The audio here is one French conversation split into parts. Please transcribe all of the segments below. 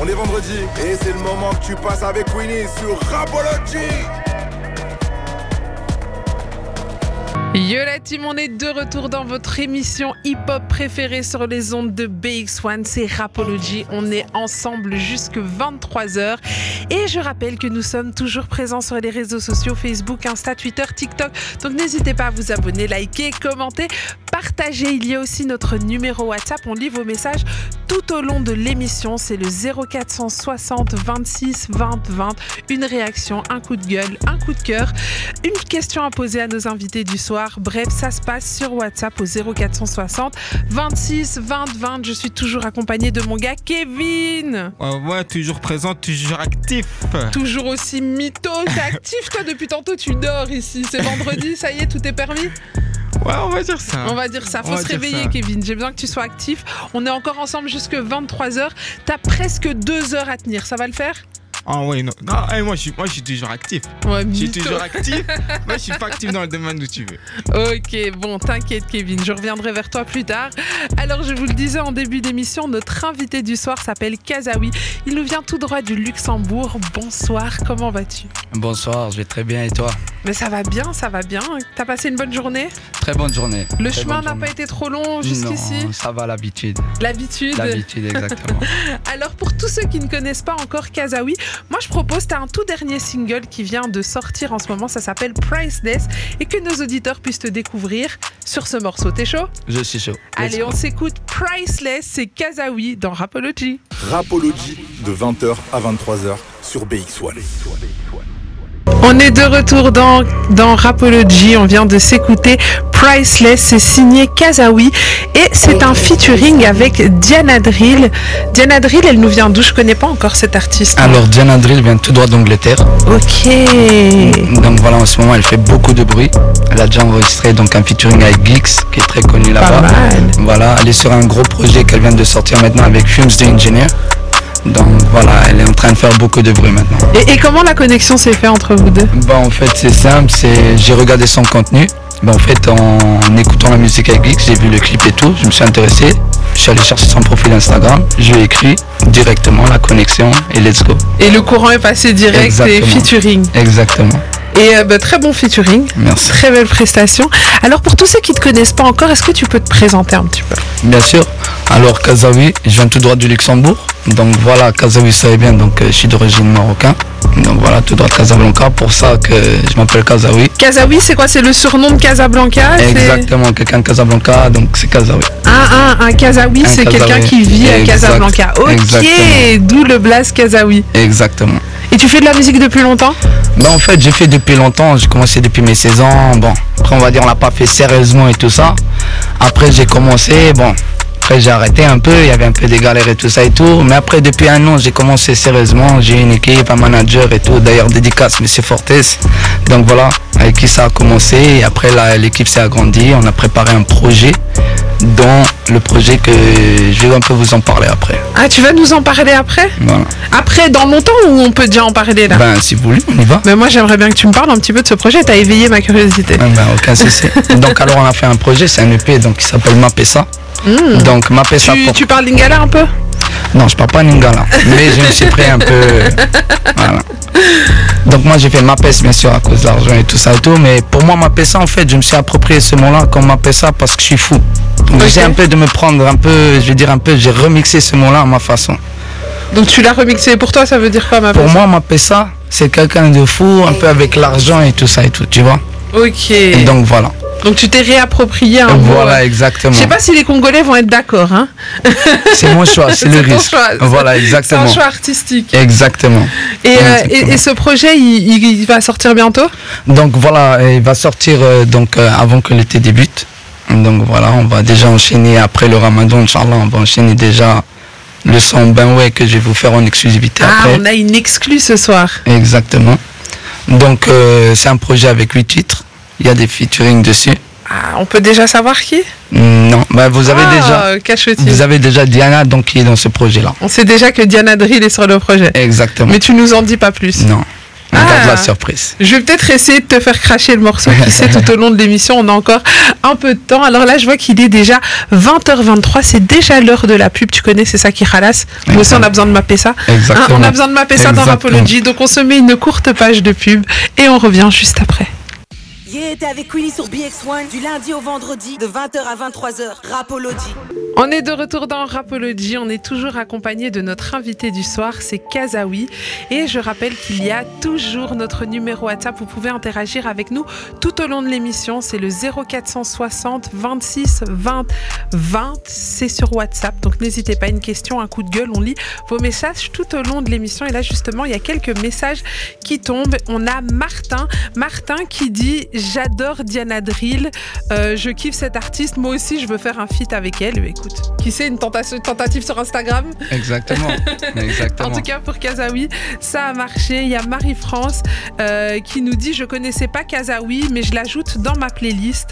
On est vendredi et c'est le moment que tu passes avec Winnie sur Rapology. Yo la team, on est de retour dans votre émission hip-hop préférée sur les ondes de BX1, c'est Rapology. On est ensemble jusque 23h. Et je rappelle que nous sommes toujours présents sur les réseaux sociaux Facebook, Insta, Twitter, TikTok. Donc n'hésitez pas à vous abonner, liker, commenter, partager. Il y a aussi notre numéro WhatsApp. On lit vos messages tout au long de l'émission. C'est le 0460 26 20 20. Une réaction, un coup de gueule, un coup de cœur, une question à poser à nos invités du soir. Bref, ça se passe sur WhatsApp au 0460 26 20 20. Je suis toujours accompagnée de mon gars Kevin. Ouais, Euh, ouais, toujours présent, toujours actif. Toujours aussi mytho, t'es actif toi depuis tantôt, tu dors ici. C'est vendredi, ça y est, tout est permis. Ouais, on va dire ça. On va dire ça, Ah. On faut va se dire réveiller ça. Kevin, j'ai besoin que tu sois actif. On est encore ensemble jusque 23h, t'as presque deux heures à tenir, ça va le faire Ah ouais, non. non eh, moi, je suis, moi, je suis toujours actif. Ouais, Je suis mytho. toujours actif. moi, je suis pas actif dans le domaine où tu veux. Ok, bon, t'inquiète Kevin, je reviendrai vers toi plus tard. Alors je vous le disais en début d'émission, notre invité du soir s'appelle Kazaoui, il nous vient tout droit du Luxembourg. Bonsoir, comment vas-tu Bonsoir, je vais très bien et toi Mais ça va bien, ça va bien, t'as passé une bonne journée Très bonne journée. Le Très chemin bonne n'a journée. pas été trop long jusqu'ici Non, ça va l'habitude. L'habitude L'habitude, exactement. Alors pour tous ceux qui ne connaissent pas encore Kazaoui, moi je propose t'as un tout dernier single qui vient de sortir en ce moment, ça s'appelle Priceless et que nos auditeurs puissent te découvrir sur ce morceau. T'es chaud je suis chaud. Let's Allez, go. on s'écoute Priceless, c'est Kazaoui dans Rapology. Rapology de 20h à 23h sur BX1. On est de retour dans, dans Rapology, on vient de s'écouter Priceless, c'est signé Kazaoui et c'est un featuring avec Diana Drill. Diana Drill, elle nous vient d'où Je connais pas encore cet artiste. Alors Diana Drill vient tout droit d'Angleterre. Ok. Donc voilà, en ce moment elle fait beaucoup de bruit. Elle a déjà enregistré donc un featuring avec Gix qui est très connu Pas là-bas. mal. Voilà, elle est sur un gros projet qu'elle vient de sortir maintenant avec Fumes the Engineer. Donc voilà, elle est en train de faire beaucoup de bruit maintenant. Et, et comment la connexion s'est faite entre vous deux Bah en fait c'est simple, c'est j'ai regardé son contenu. Bah en fait en écoutant la musique avec Geeks, j'ai vu le clip et tout, je me suis intéressé. Je suis allé chercher son profil Instagram, je lui ai écrit directement la connexion et let's go. Et le courant est passé direct et Exactement. featuring. Exactement. Et euh, bah, très bon featuring, Merci. très belle prestation. Alors pour tous ceux qui ne te connaissent pas encore, est-ce que tu peux te présenter un petit peu Bien sûr. Alors Kazawi, je viens tout droit du Luxembourg. Donc voilà, Kazawi ça est bien, donc euh, je suis d'origine marocain. Donc voilà, tout droit de Casablanca, pour ça que je m'appelle Kazawi. Kazaoui, c'est quoi C'est le surnom de Casablanca c'est- Exactement, quelqu'un de Casablanca, donc c'est Kazawi. Un, Ah, un, un Kazaoui, Un c'est quelqu'un Kazaoui. qui vit à Exact. Casablanca. Ok, Exactement. d'où le blaze Kazaoui. Exactement. Et tu fais de la musique depuis longtemps Bah en fait j'ai fait depuis longtemps, j'ai commencé depuis mes 16 ans, bon après on va dire on l'a pas fait sérieusement et tout ça. Après j'ai commencé, bon après j'ai arrêté un peu, il y avait un peu des galères et tout ça et tout, mais après depuis un an j'ai commencé sérieusement, j'ai une équipe, un manager et tout, d'ailleurs dédicace Monsieur Fortes, donc voilà avec qui ça a commencé et après là l'équipe s'est agrandie, on a préparé un projet dont le projet que je vais un peu vous en parler après. Ah, tu vas nous en parler après Voilà. Après, dans longtemps ou on peut déjà en parler là Ben si vous voulez on y va. Mais moi j'aimerais bien que tu me parles un petit peu de ce projet, t'as éveillé ma curiosité. Ah ben, aucun souci. donc alors on a fait un projet, c'est un EP donc qui s'appelle Mapesa. Hmm. Donc Mapesa Tu, pour... tu parles lingala un peu Non, je parle pas Lingala, mais je me suis pris un peu... Voilà. Donc moi j'ai fait Mapesa bien sûr à cause de l'argent et tout ça et tout, mais pour moi Mapesa en fait je me suis approprié ce mot-là comme Mapesa parce que je suis fou. Donc j'essaie Ok. un peu de me prendre un peu, je vais dire un peu, j'ai remixé ce mot-là à ma façon. Ah, Donc tu l'as remixé pour toi, ça veut dire quoi ma Pour pote moi Mapesa c'est quelqu'un de fou, un peu avec l'argent et tout ça et tout, tu vois. Ok. Et donc, donc voilà. tu t'es réapproprié un mot. Voilà Ah, ouais. exactement. Je sais pas si les Congolais vont être d'accord. Hein. C'est mon choix, c'est le C'est ton risque. choix. Voilà, C'est un exactement. choix artistique. Exactement. Et, euh, et- exactement. et ce projet, il, il- il va sortir bientôt Donc voilà, euh, il va sortir euh, donc euh, avant que l'été débute. Donc voilà, on va déjà enchaîner après le Ramadan, Inch'Allah, on va enchaîner déjà le son Benway que je vais vous faire en exclusivité Ah, après. on a une exclue ce soir. Exactement. Donc euh, c'est un projet avec huit titres. Il y a des featuring dessus. Ah, on peut déjà savoir qui Non, bah, vous avez ah, déjà, euh, cache-t-il. vous avez déjà Diana donc qui est dans ce projet là. On sait déjà que Diana Drill est sur le projet. Exactement. Mm. Mais tu nous en dis pas plus. Non. On garde Ah. la surprise. Je vais peut-être essayer de te faire cracher le morceau, qui sait, tout au long de l'émission, on a encore un peu de temps. Alors là, je vois qu'il est déjà 20h23, c'est déjà l'heure de la pub, tu connais, c'est ça qui ralasse. Moi aussi, on a besoin de mapper ça. Hein, on a Exactement. besoin de mapper ça dans Exactement. Rapology, donc on se met une courte page de pub et on revient juste après. Yeah, t'es avec Queenie sur BX1 du lundi au vendredi de 20h à 23h. Rapology. On est de retour dans Rapology, on est toujours accompagné de notre invité du soir, c'est Kazaoui. Et je rappelle qu'il y a toujours notre numéro WhatsApp, vous pouvez interagir avec nous tout au long de l'émission, c'est le 0460 26 20 20, c'est sur WhatsApp, donc n'hésitez pas, une question, un coup de gueule, on lit vos messages tout au long de l'émission. Et là justement, il y a quelques messages qui tombent. On a Martin, Martin qui dit « J'adore Diana Drill, euh, je kiffe cette artiste, moi aussi je veux faire un feat avec elle. Mais Eh ben, Écoute, qui sait, une tentation- tentative sur Instagram Exactement. En Exactement. tout cas, pour Kazaoui, ça a marché. Il y a Marie-France euh, qui nous dit Je connaissais pas Kazaoui, mais je l'ajoute dans ma playlist.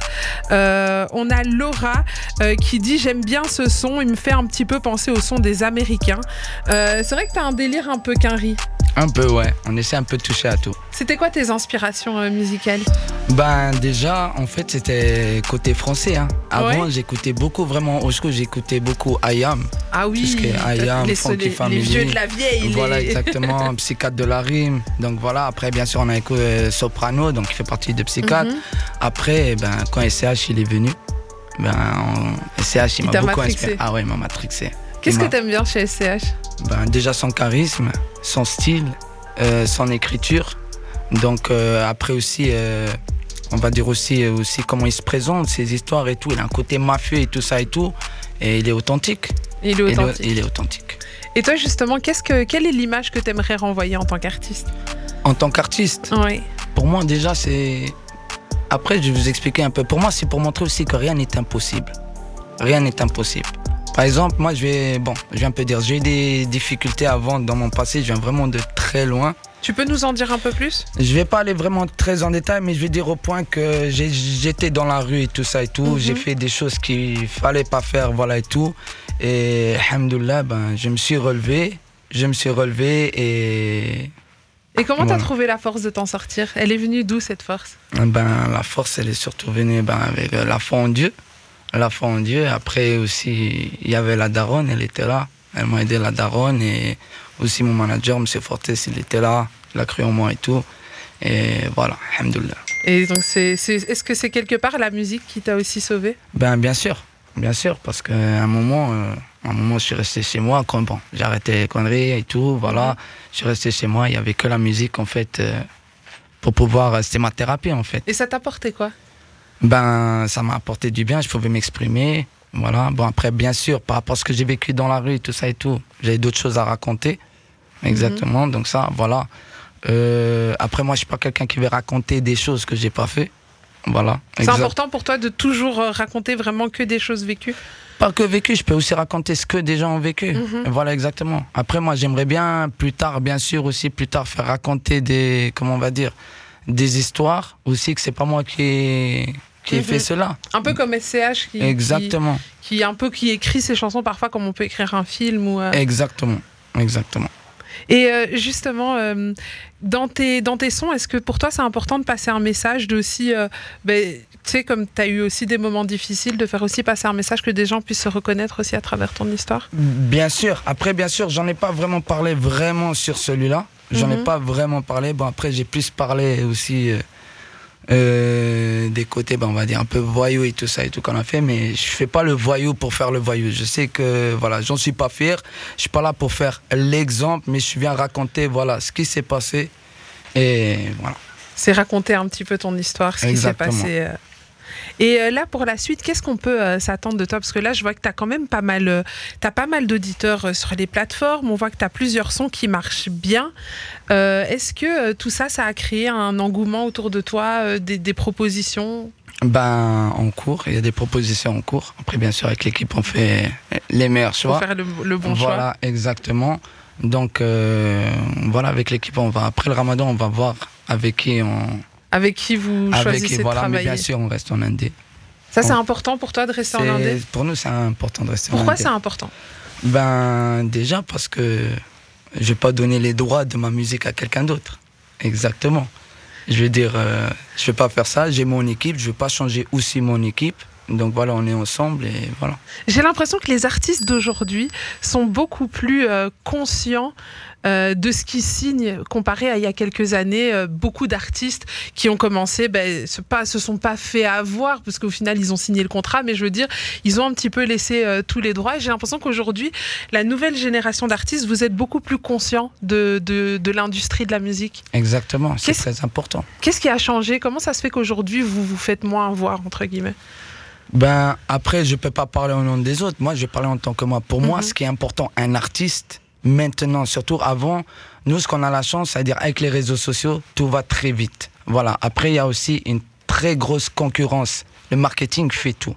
Euh, on a Laura euh, qui dit J'aime bien ce son, il me fait un petit peu penser au son des Américains. Euh, C'est vrai que t'as un délire un peu qu'un riz. Un peu, ouais. On essaie un peu de toucher à tout. C'était quoi tes inspirations euh, musicales Ben déjà, en fait, c'était côté français. Hein. Avant, Ouais. j'écoutais beaucoup, vraiment, au school, j'écoutais beaucoup I Am. Ah oui, Tout ce qui est I Am, les, Funky les- les Family. vieux de la vieille. voilà, les- exactement, Psychiatre de la rime. Donc voilà, après, bien sûr, on a écouté euh, Soprano, donc il fait partie de Psychiatre. Mhm. Après, ben, quand SCH, il est venu, ben, on- SCH, il, Il m'a t'a beaucoup matrixé. inspiré. Ah ouais, il m'a matrixé. Qu'est-ce que Moi. t'aimes bien chez SCH Ben, déjà son charisme, son style, euh, son écriture. Donc euh, après aussi, euh, on va dire aussi, euh, aussi comment il se présente, ses histoires et tout. Il a un côté mafieux et tout ça et tout. Et il est authentique. Il est Il est- authentique. Il est, authentique. Et toi justement, qu'est-ce que, quelle est l'image que t'aimerais renvoyer en tant qu'artiste En tant qu'artiste, Oui. pour moi déjà c'est... Après je vais vous expliquer un peu. Pour moi c'est pour montrer aussi que rien n'est impossible. Rien n'est impossible. Par exemple, moi je vais... Bon, je vais un peu dire, j'ai eu des difficultés avant dans mon passé, je viens vraiment de très loin. Tu peux nous en dire un peu plus Je vais pas aller vraiment très en détail, mais je vais dire au point que j'ai- j'étais dans la rue et tout ça et tout. Mhm. J'ai fait des choses qu'il fallait pas faire, voilà et tout. Et alhamdoulilah, ben, je me suis relevé. Je me suis relevé et Et comment t'as Voilà. trouvé la force de t'en sortir Elle est venue d'où cette force ben, la force, elle est surtout venue ben, avec euh, la foi en Dieu. La foi en Dieu. Après aussi, il y avait la daronne, elle était là. Elle m'a aidé, la daronne. Et aussi mon manager, M. Fortes, il était là. Il a cru en moi et tout. Et voilà, alhamdoulilah. Et donc, c'est, c'est- est-ce que c'est quelque part la musique qui t'a aussi sauvé Ben bien sûr, bien sûr, parce qu'à un moment, euh, à un moment, je suis resté chez moi, quand bon, j'ai arrêté les conneries et tout, voilà, je suis resté chez moi, il y avait que la musique en fait euh, pour pouvoir, euh, c'était ma thérapie en fait. Et ça t'a apporté quoi Ben ça m'a apporté du bien, je pouvais m'exprimer, voilà. Bon après bien sûr, par rapport à ce que j'ai vécu dans la rue, tout ça et tout, j'avais d'autres choses à raconter, exactement, donc ça, voilà. Euh, après moi, je suis pas quelqu'un qui veut raconter des choses que j'ai pas fait, voilà. C'est Exact- important pour toi de toujours euh, raconter vraiment que des choses vécues Pas que vécu, je peux aussi raconter ce que des gens ont vécu. Mhm. Voilà, exactement. Après, moi, j'aimerais bien, plus tard, bien sûr, aussi, plus tard, faire raconter des, comment on va dire, des histoires, aussi, que c'est pas moi qui ai, qui ai Mhm. fait cela. Un peu comme SCH qui, Exactement, qui, qui un peu qui écrit ses chansons parfois comme on peut écrire un film ou. euh, exactement, exactement. Et euh, justement, euh, dans, tes, dans tes sons, est-ce que pour toi c'est important de passer un message, de aussi, euh, ben, tu sais, comme tu as eu aussi des moments difficiles, de faire aussi passer un message que des gens puissent se reconnaître aussi à travers ton histoire Bien sûr, après, bien sûr, j'en ai pas vraiment parlé vraiment sur celui-là. J'en Mhm. ai pas vraiment parlé. Bon, après, j'ai plus parlé aussi euh, euh, des côtés, ben, on va dire, un peu voyou et tout ça et tout qu'on a fait. Mais je fais pas le voyou pour faire le voyou. Je sais que, voilà, j'en suis pas fier. Je suis pas là pour faire l'exemple, mais je viens raconter, voilà, ce qui s'est passé. Et voilà. C'est raconter un petit peu ton histoire, ce Exactement. qui s'est passé. euh. Et euh, là, pour la suite, qu'est-ce qu'on peut euh, s'attendre de toi Parce que là, je vois que tu as quand même pas mal, euh, t'as pas mal d'auditeurs euh, sur les plateformes. On voit que tu as plusieurs sons qui marchent bien. Euh, Est-ce que euh, tout ça, ça a créé un engouement autour de toi, euh, des- des propositions Ben, en cours, il y a des propositions en cours. Après, bien sûr, avec l'équipe, on fait les meilleurs pour choix. faire le, le bon choix. voilà, exactement. Donc, euh, voilà, avec l'équipe, on va après le Ramadan, on va voir avec qui on, Avec qui vous avec choisissez qui, voilà, de mais travailler. bien sûr, on reste en Indé. Ça, c'est important pour toi de rester en C'est- Indé Pour nous, c'est important de rester en Pourquoi Indé. c'est important Ben, déjà parce que je vais pas donner les droits de ma musique à quelqu'un d'autre. Exactement. Je veux dire, euh, je ne vais pas faire ça, j'ai mon équipe, je ne vais pas changer aussi mon équipe. Donc voilà, on est ensemble et voilà. J'ai l'impression que les artistes d'aujourd'hui sont beaucoup plus euh, conscients euh, de ce qu'ils signent comparé à il y a quelques années. euh, beaucoup d'artistes qui ont commencé, ben, se, pas, se sont pas fait avoir parce qu'au final ils ont signé le contrat, mais je veux dire, ils ont un petit peu laissé euh, tous les droits. Et J'ai l'impression qu'aujourd'hui, la nouvelle génération d'artistes, vous êtes beaucoup plus conscients de, de, de l'industrie de la musique. Exactement, c'est Qu'est-ce- très important. Qu'est-ce qui a changé Comment ça se fait qu'aujourd'hui vous vous faites moins avoir entre guillemets Ben après, je peux pas parler au nom des autres. Moi, je vais parler en tant que moi. Pour moi, Mhm. ce qui est important, un artiste maintenant, surtout avant, nous, ce qu'on a la chance, c'est-à-dire avec les réseaux sociaux, tout va très vite. Voilà. Après, il y a aussi une très grosse concurrence. Le marketing fait tout.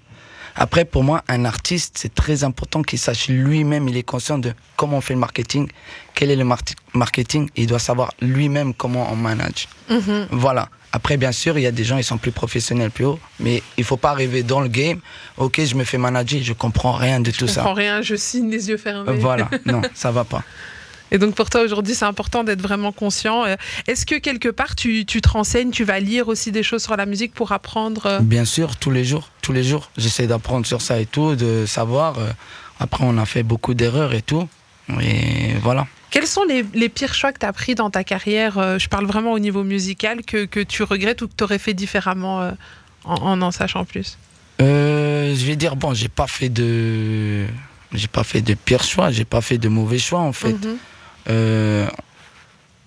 Après, pour moi, un artiste, c'est très important qu'il sache lui-même, il est conscient de comment on fait le marketing, quel est le mar- marketing, il doit savoir lui-même comment on manage. Mhm. Voilà. Après, bien sûr, il y a des gens, ils sont plus professionnels, plus haut, mais il faut pas arriver dans le game. Ok, je me fais manager, je comprends rien de tout Je comprends ça. Euh, rien, je signe les yeux fermés. Voilà, non, ça va pas. Et donc pour toi aujourd'hui, c'est important d'être vraiment conscient. Euh, Est-ce que quelque part tu, tu te renseignes, tu vas lire aussi des choses sur la musique pour apprendre euh, Bien sûr, tous les jours, tous les jours, j'essaie d'apprendre sur ça et tout, de savoir. euh, Après, on a fait beaucoup d'erreurs et tout, et voilà. Quels sont les, les pires choix que tu as pris dans ta carrière euh, Je parle vraiment au niveau musical, que, que tu regrettes ou que tu aurais fait différemment euh, en, en en sachant plus. Euh, je vais dire bon, j'ai pas fait de, j'ai pas fait de pire choix, j'ai pas fait de mauvais choix en fait. Mhm. Euh,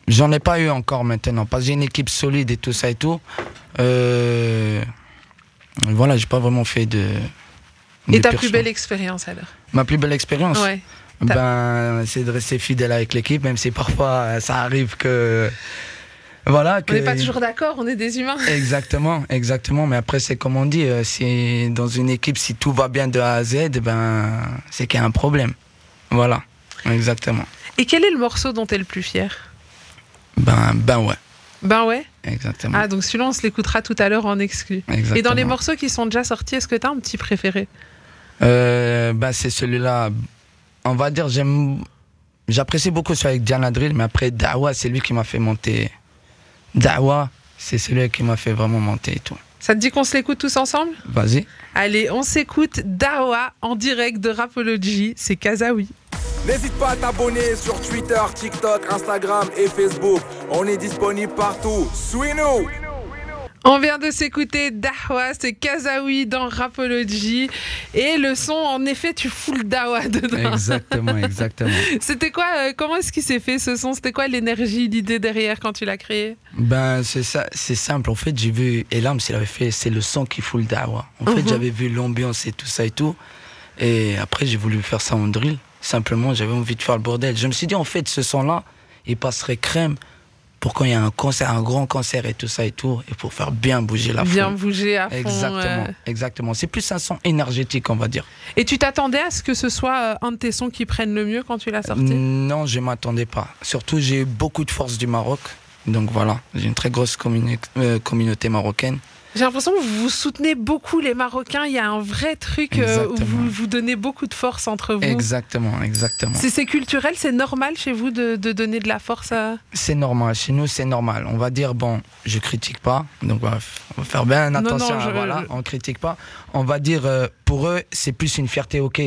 J'en ai pas eu encore maintenant, parce que j'ai une équipe solide et tout ça et tout. Euh, voilà, j'ai pas vraiment fait de. de Et ta pire plus choix. belle expérience alors Ma plus belle expérience Ouais. t'as- ben, C'est de rester fidèle avec l'équipe, même si parfois euh, ça arrive que. Voilà, On que. n'est pas toujours d'accord, on est des humains. Exactement, exactement. Mais après, c'est comme on dit, euh, si dans une équipe, si tout va bien de A à Z, ben, c'est qu'il y a un problème. Voilà, exactement. Et quel est le morceau dont tu es le plus fier Ben, ben ouais, Ben ouais. exactement. Ah donc celui-là on se l'écoutera tout à l'heure en exclu. exactement. Et dans les morceaux qui sont déjà sortis, est-ce que tu as un petit préféré Euh, bah, c'est celui-là. On va dire, j'aime. J'apprécie beaucoup celui avec Diana Drill, mais après, Dawa, c'est lui qui m'a fait monter. Dawa, c'est celui qui m'a fait vraiment monter et tout. Ça te dit qu'on se l'écoute tous ensemble Vas-y. Allez, on s'écoute Dawa en direct de Rapology, c'est Kazaoui. N'hésite pas à t'abonner sur Twitter, TikTok, Instagram et Facebook. On est disponible partout. Suis-nous! On vient de s'écouter Dawa, c'est Kazaoui dans Rapology. Et le son, en effet, tu fous le Dawa dedans. Exactement, exactement. C'était quoi euh, Comment est-ce qu'il s'est fait ce son C'était quoi l'énergie, l'idée derrière quand tu l'as créé Ben, c'est ça, c'est simple. En fait, j'ai vu Elam, il avait fait, c'est le son qui fout le dawa. En fait, Mhm. j'avais vu l'ambiance et tout ça et tout. Et après, j'ai voulu faire ça en drill. Simplement, j'avais envie de faire le bordel. Je me suis dit, en fait, ce son-là, il passerait crème pour quand il y a un concert, un grand concert et tout ça et tout, et pour faire bien bouger la Bien foule. bouger à fond. Exactement, euh. exactement. C'est plus un son énergétique, on va dire. Et tu t'attendais à ce que ce soit euh, un de tes sons qui prenne le mieux quand tu l'as Mm, sorti Non, je m'attendais pas. Surtout, j'ai eu beaucoup de force du Maroc. Donc voilà, j'ai une très grosse communi- euh, communauté marocaine. J'ai l'impression que vous vous soutenez beaucoup les Marocains. Il y a un vrai truc euh, où Exactement. vous vous donnez beaucoup de force entre vous. Exactement, exactement. C'est, c'est culturel, c'est normal chez vous de, de donner de la force à... C'est normal, chez nous c'est normal. On va dire, bon, je critique pas, donc voilà, on va faire bien Non, attention, non, je- hein, voilà, je- on critique pas. On va dire, euh, pour eux, c'est plus une fierté, ok,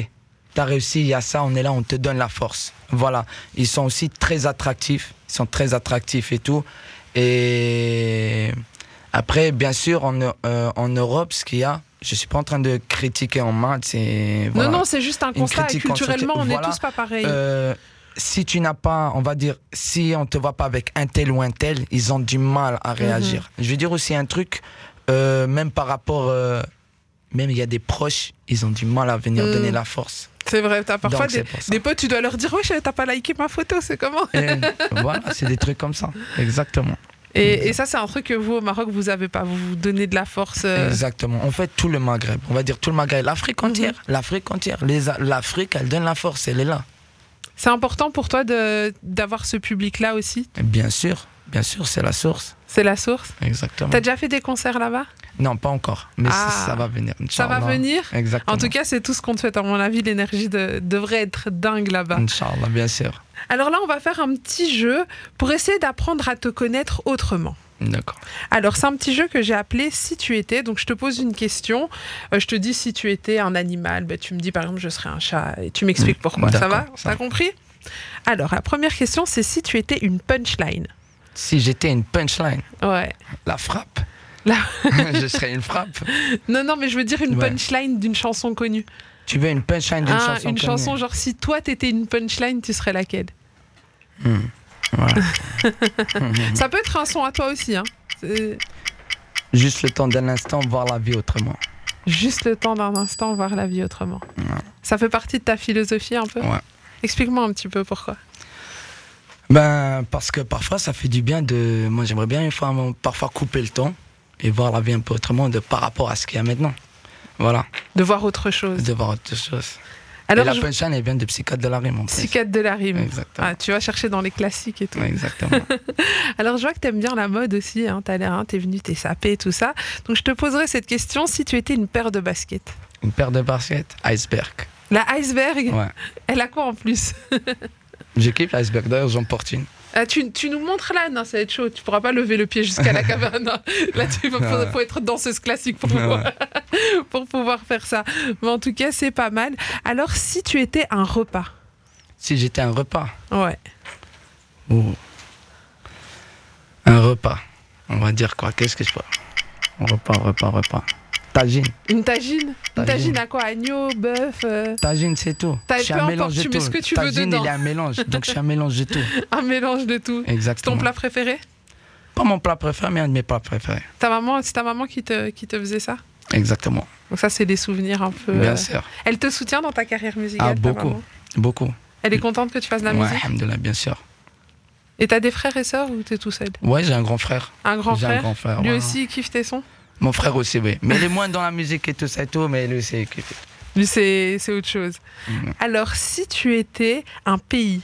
t'as réussi, il y a ça, on est là, on te donne la force. Voilà, ils sont aussi très attractifs, ils sont très attractifs et tout. Et après, bien sûr, en, Eu- euh, en Europe, ce qu'il y a, je suis pas en train de critiquer en maths, c'est. voilà. Non, non, c'est juste un Une constat. critique Culturellement, on constructive, n'est voilà. tous pas pareils. Euh, si tu n'as pas, on va dire, si on te voit pas avec un tel ou un tel, ils ont du mal Mhm. à réagir. Je veux dire aussi un truc, euh, même par rapport, euh, même il y a des proches, ils ont du mal à venir Mhm. donner la force. c'est vrai, t'as parfois Euh, Donc, des, c'est pour ça. des potes, tu dois leur dire « Ouais, t'as pas liké ma photo, c'est comment Et voilà, c'est des trucs comme ça. Exactement. et, et ça, c'est un truc que vous, au Maroc, vous avez pas. Vous vous donnez de la force. euh. Exactement. En fait, tout le Maghreb, on va dire tout le Maghreb, l'Afrique Mhm. entière, l'Afrique entière, les A- l'Afrique, elle donne la force, elle est là. C'est important pour toi de, d'avoir ce public-là aussi Et bien sûr, bien sûr, c'est la source. C'est la source Exactement. T'as déjà fait des concerts là-bas Non, pas encore, mais ça- Ah. ça va venir. Ça va Inch'Allah. venir Exactement. En tout cas, c'est tout ce qu'on te souhaite. À mon avis, l'énergie de- devrait être dingue là-bas. Inch'Allah, bien sûr. Alors là, on va faire un petit jeu pour essayer d'apprendre à te connaître autrement. D'accord. Alors c'est un petit jeu que j'ai appelé Si tu étais. Donc je te pose une question, euh, je te dis si tu étais un animal, ben, tu me dis par exemple je serais un chat et tu m'expliques pourquoi. Ça va Mmh. D'accord, ça T'as compris Alors la première question c'est si tu étais une punchline. Si j'étais une punchline, Ouais. la frappe. La- je serais une frappe. Non non mais je veux dire une Ouais. punchline d'une chanson connue. Tu veux une punchline d'une Hein, chanson une connue chanson genre si toi t'étais une punchline tu serais laquelle Ça peut être un son à toi aussi. Hein. C'est Juste le temps d'un instant, voir la vie autrement. Juste le temps d'un instant voir la vie autrement. Ça fait partie de ta philosophie un peu Ouais. Explique-moi un petit peu pourquoi. Ben, parce que parfois, ça fait du bien de. Moi, j'aimerais bien une fois, parfois couper le temps et voir la vie un peu autrement de, par rapport à ce qu'il y a maintenant. Voilà, De voir autre chose. de voir autre chose. Alors, et la je... punchline, elle vient de Psychote de la Rime, en plus. psychiatre de la rime. Exactement. Ah, tu vas chercher dans les classiques et tout. Exactement. Alors, je vois que t'aimes bien la mode aussi. Hein. T'as l'air, hein, t'es venu, t'es sapé et tout ça. Donc, je te poserai cette question si tu étais une paire de baskets. Une paire de baskets, iceberg. La iceberg, Ouais. elle a quoi en plus Je kiffe l'iceberg, d'ailleurs, j'en porte une. Ah, tu, tu nous montres là, non, ça va être chaud. Tu pourras pas lever le pied jusqu'à la cabane. hein. Là, tu vas faut, Ouais. faut être danseuse classique pour pouvoir, pour pouvoir faire ça. Mais en tout cas, c'est pas mal. Alors, si tu étais un repas, Si j'étais un repas. ouais, Ouh. Un repas. On va dire quoi Qu'est-ce que je peux Repas, repas, repas. Tagine. une tagine. Une Tagine. tagine à quoi Agneau, bœuf, euh, Tagine, c'est tout. Ta- Je suis peu un importe, mélange de tu tout. mets ce que tu veux Tagine, dedans. il est un mélange. Donc, je suis un mélange de tout. un mélange de tout. C'est Exactement. ton plat préféré Pas mon plat préféré, mais un de mes plats préférés. ta maman, C'est ta maman qui te, qui te faisait ça Exactement. Donc, ça, c'est des souvenirs un peu. Bien euh, sûr. Elle te soutient dans ta carrière musicale Ah, ta beaucoup. maman Beaucoup. Elle est contente que tu fasses de la ouais, musique alhamdoulilah, bien sûr. Et t'as des frères et sœurs ou t'es tout seul Ouais, j'ai un grand frère. Un grand J'ai frère un grand frère. Lui ouais. aussi, il kiffe tes sons Mon frère aussi, oui. Mais il est moins dans la musique et tout ça et tout, mais lui aussi, il kiffe. Lui, c'est c'est autre chose. Mhm. Alors, si tu étais un pays,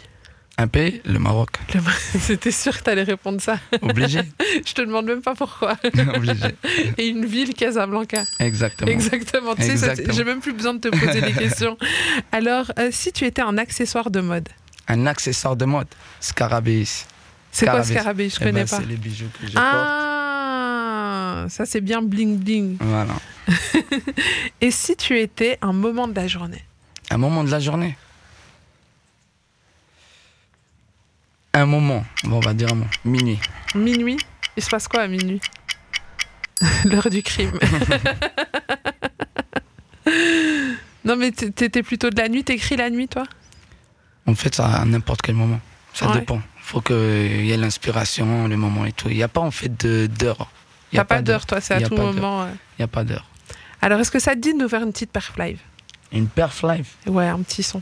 Un pays, le Maroc. le Mar- c'était sûr que t'allais répondre ça. Obligé. Je te demande même pas pourquoi. Obligé. Et une ville, Casablanca. Exactement. Exactement. Tu sais, ça, Exactement. j'ai même plus besoin de te poser des questions. Alors, euh, si tu étais un accessoire de mode, Un accessoire de mode, Scarabéis. c'est quoi Scarabée. ce carabée Je Eh connais ben, pas. C'est les bijoux que je Ah, ça c'est bien bling bling. porte. Voilà. Et si tu étais un moment de la journée Un moment de la journée. Un moment. Bon, on va dire un moment. Minuit. Minuit Il se passe quoi à minuit L'heure du crime. non, mais t'é- t'étais plutôt de la nuit, t'écris la nuit, toi On fait ça à n'importe quel moment. Ça Ouais. dépend. Faut qu'il y ait l'inspiration, le moment et tout. Il n'y a pas en fait de- d'heure. Il y a T'as pas d'heure, toi, c'est à Y a tout pas d'heure. moment. euh. Il n'y a pas d'heure. Alors, est-ce que ça te dit de nous faire une petite perf live Une perf live. Ouais, un petit son.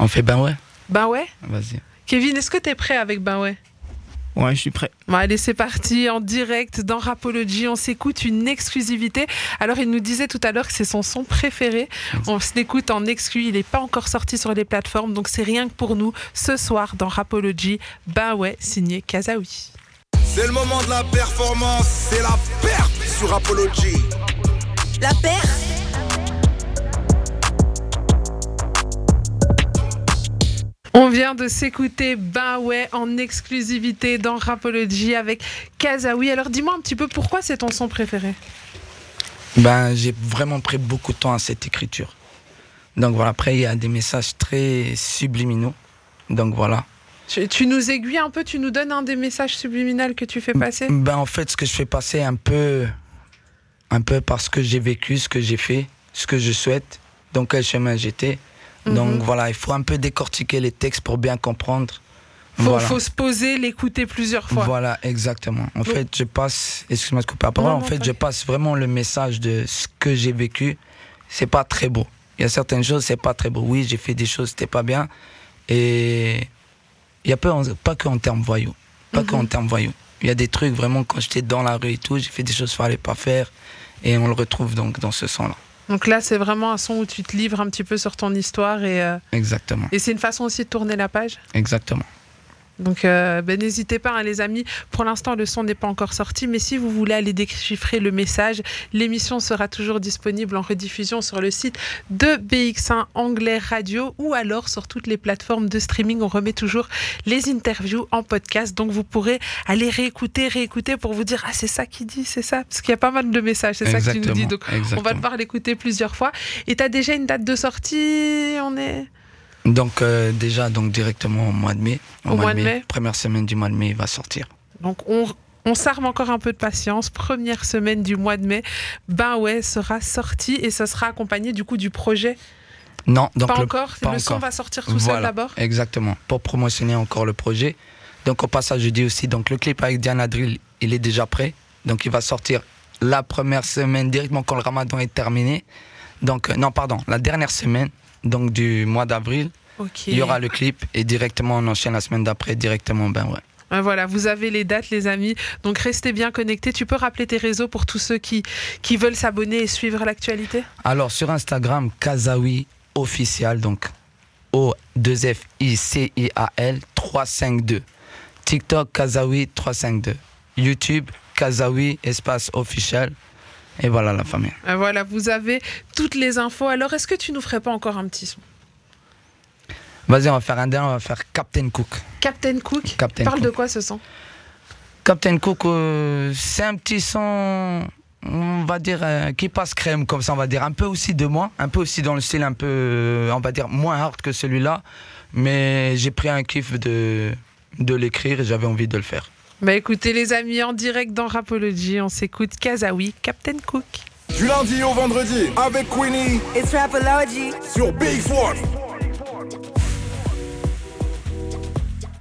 On fait ben ouais. Ben ouais Vas-y. Kevin, est-ce que t'es prêt avec Ben ouais Ouais, je suis prêt. Bon, allez, c'est parti, en direct dans Rapology, on s'écoute une exclusivité. Alors, il nous disait tout à l'heure que c'est son son préféré. On se l'écoute en exclu, il n'est pas encore sorti sur les plateformes, donc c'est rien que pour nous. Ce soir, dans Rapology, bah ouais, signé Kazaoui. C'est le moment de la performance, c'est la perte sur Apology. La paire On vient de s'écouter bah ouais en exclusivité dans Rapology avec Kazaoui. Alors, dis-moi un petit peu pourquoi c'est ton son préféré Ben, j'ai vraiment pris beaucoup de temps à cette écriture. Donc voilà, après, il y a des messages très subliminaux. Donc voilà. tu, tu nous aiguilles un peu, tu nous donnes un des messages subliminaux que tu fais passer Ben, en fait, ce que je fais passer un peu, un peu parce que j'ai vécu, ce que j'ai fait, ce que je souhaite, dans quel chemin j'étais. Mhm. Donc voilà, il faut un peu décortiquer les textes pour bien comprendre. Faut, voilà. faut se poser, l'écouter plusieurs fois. Voilà, exactement. En fait, je passe, excuse-moi de couper la Non, parole, non, en fait, je t'inquiète. passe vraiment le message de ce que j'ai vécu. C'est pas très beau. Il y a certaines choses, c'est pas très beau. Oui, j'ai fait des choses, c'était pas bien. Et il y a pas, pas que en termes voyous. Pas Mhm. que en termes voyous. Il y a des trucs vraiment, quand j'étais dans la rue et tout, j'ai fait des choses qu'il fallait pas faire. Et on le retrouve donc dans ce sens-là. Donc là, c'est vraiment un son où tu te livres un petit peu sur ton histoire et, euh, Exactement, et c'est une façon aussi de tourner la page. exactement. Donc euh, ben, n'hésitez pas, hein, les amis. Pour l'instant, le son n'est pas encore sorti, mais si vous voulez aller déchiffrer le message, l'émission sera toujours disponible en rediffusion sur le site de BX1 Anglais Radio ou alors sur toutes les plateformes de streaming. On remet toujours les interviews en podcast, donc vous pourrez aller réécouter, réécouter pour vous dire ah c'est ça qui dit, c'est ça, parce qu'il y a pas mal de messages, c'est ça que tu nous dis. Donc on va devoir l'écouter plusieurs fois. Et tu as déjà une date de sortie On est Donc euh, déjà, donc directement au mois de mai. Au mois de mai. Première semaine du mois de mai, il va sortir. donc on on s'arme encore un peu de patience. Première semaine du mois de mai, ben ouais sera sorti et ça sera accompagné du coup du projet. Non, donc pas le- encore. pas le son encore. va sortir tout seul Voilà, d'abord. Exactement, pour promotionner encore le projet. Donc au passage, je dis aussi, donc le clip avec Diana Drill, il est déjà prêt. Donc il va sortir la première semaine directement quand le Ramadan est terminé. Donc euh, non, pardon, la dernière semaine, donc du mois d'avril, Ok. il y aura le clip et directement on enchaîne la semaine d'après directement. Ben ouais. Ouais, Voilà, vous avez les dates, les amis. Donc restez bien connectés. Tu peux rappeler tes réseaux pour tous ceux qui, qui veulent s'abonner et suivre l'actualité Alors sur Instagram, Kazawi official, donc O 2 F I C I A L 352. TikTok Kazawi 352. YouTube Kazawi espace officiel. Et voilà la famille. Euh, Voilà, vous avez toutes les infos. Alors, est-ce que tu nous ferais pas encore un petit son Vas-y, on va faire un dernier, on va faire Captain Cook. Captain Cook Captain Parle de Cook. quoi ce son Captain Cook, euh, c'est un petit son, on va dire, euh, qui passe crème, comme ça, on va dire. Un peu aussi de moi, un peu aussi dans le style, un peu, euh, on va dire, moins hard que celui-là. Mais j'ai pris un kiff de, de l'écrire et j'avais envie de le faire. Bah écoutez, les amis, en direct dans Rapology, on s'écoute Kazaoui, Captain Cook. Du lundi au vendredi avec Queenie It's Rapology. sur BX1.